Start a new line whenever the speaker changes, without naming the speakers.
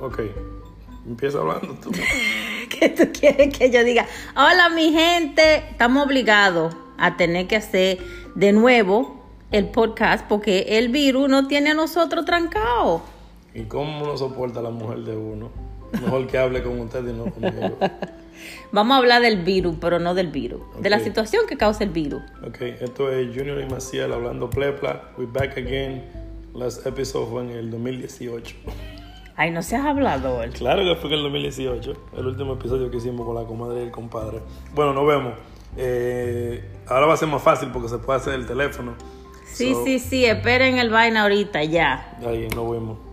Ok. Empieza hablando tú.
¿Qué tú quieres que yo diga? Hola, mi gente. Estamos obligados a tener que hacer de nuevo el podcast porque el virus no tiene a nosotros trancados.
¿Y cómo no soporta la mujer de uno? Mejor que hable con usted y no conmigo.
Vamos a hablar del virus, pero no del virus. De la
Ok.
situación que causa el virus.
Ok, esto es Junior y Maciel hablando plepla. We back again. Last episode fue en el 2018.
Ay, no seas hablado
Claro que fue en el 2018. El último episodio que hicimos con la comadre y el compadre. Bueno, nos vemos. Eh, ahora va a ser más fácil porque se puede hacer el teléfono.
Sí,
So,
sí, sí. Esperen el vaina ahorita, ya.
Ahí, nos vemos.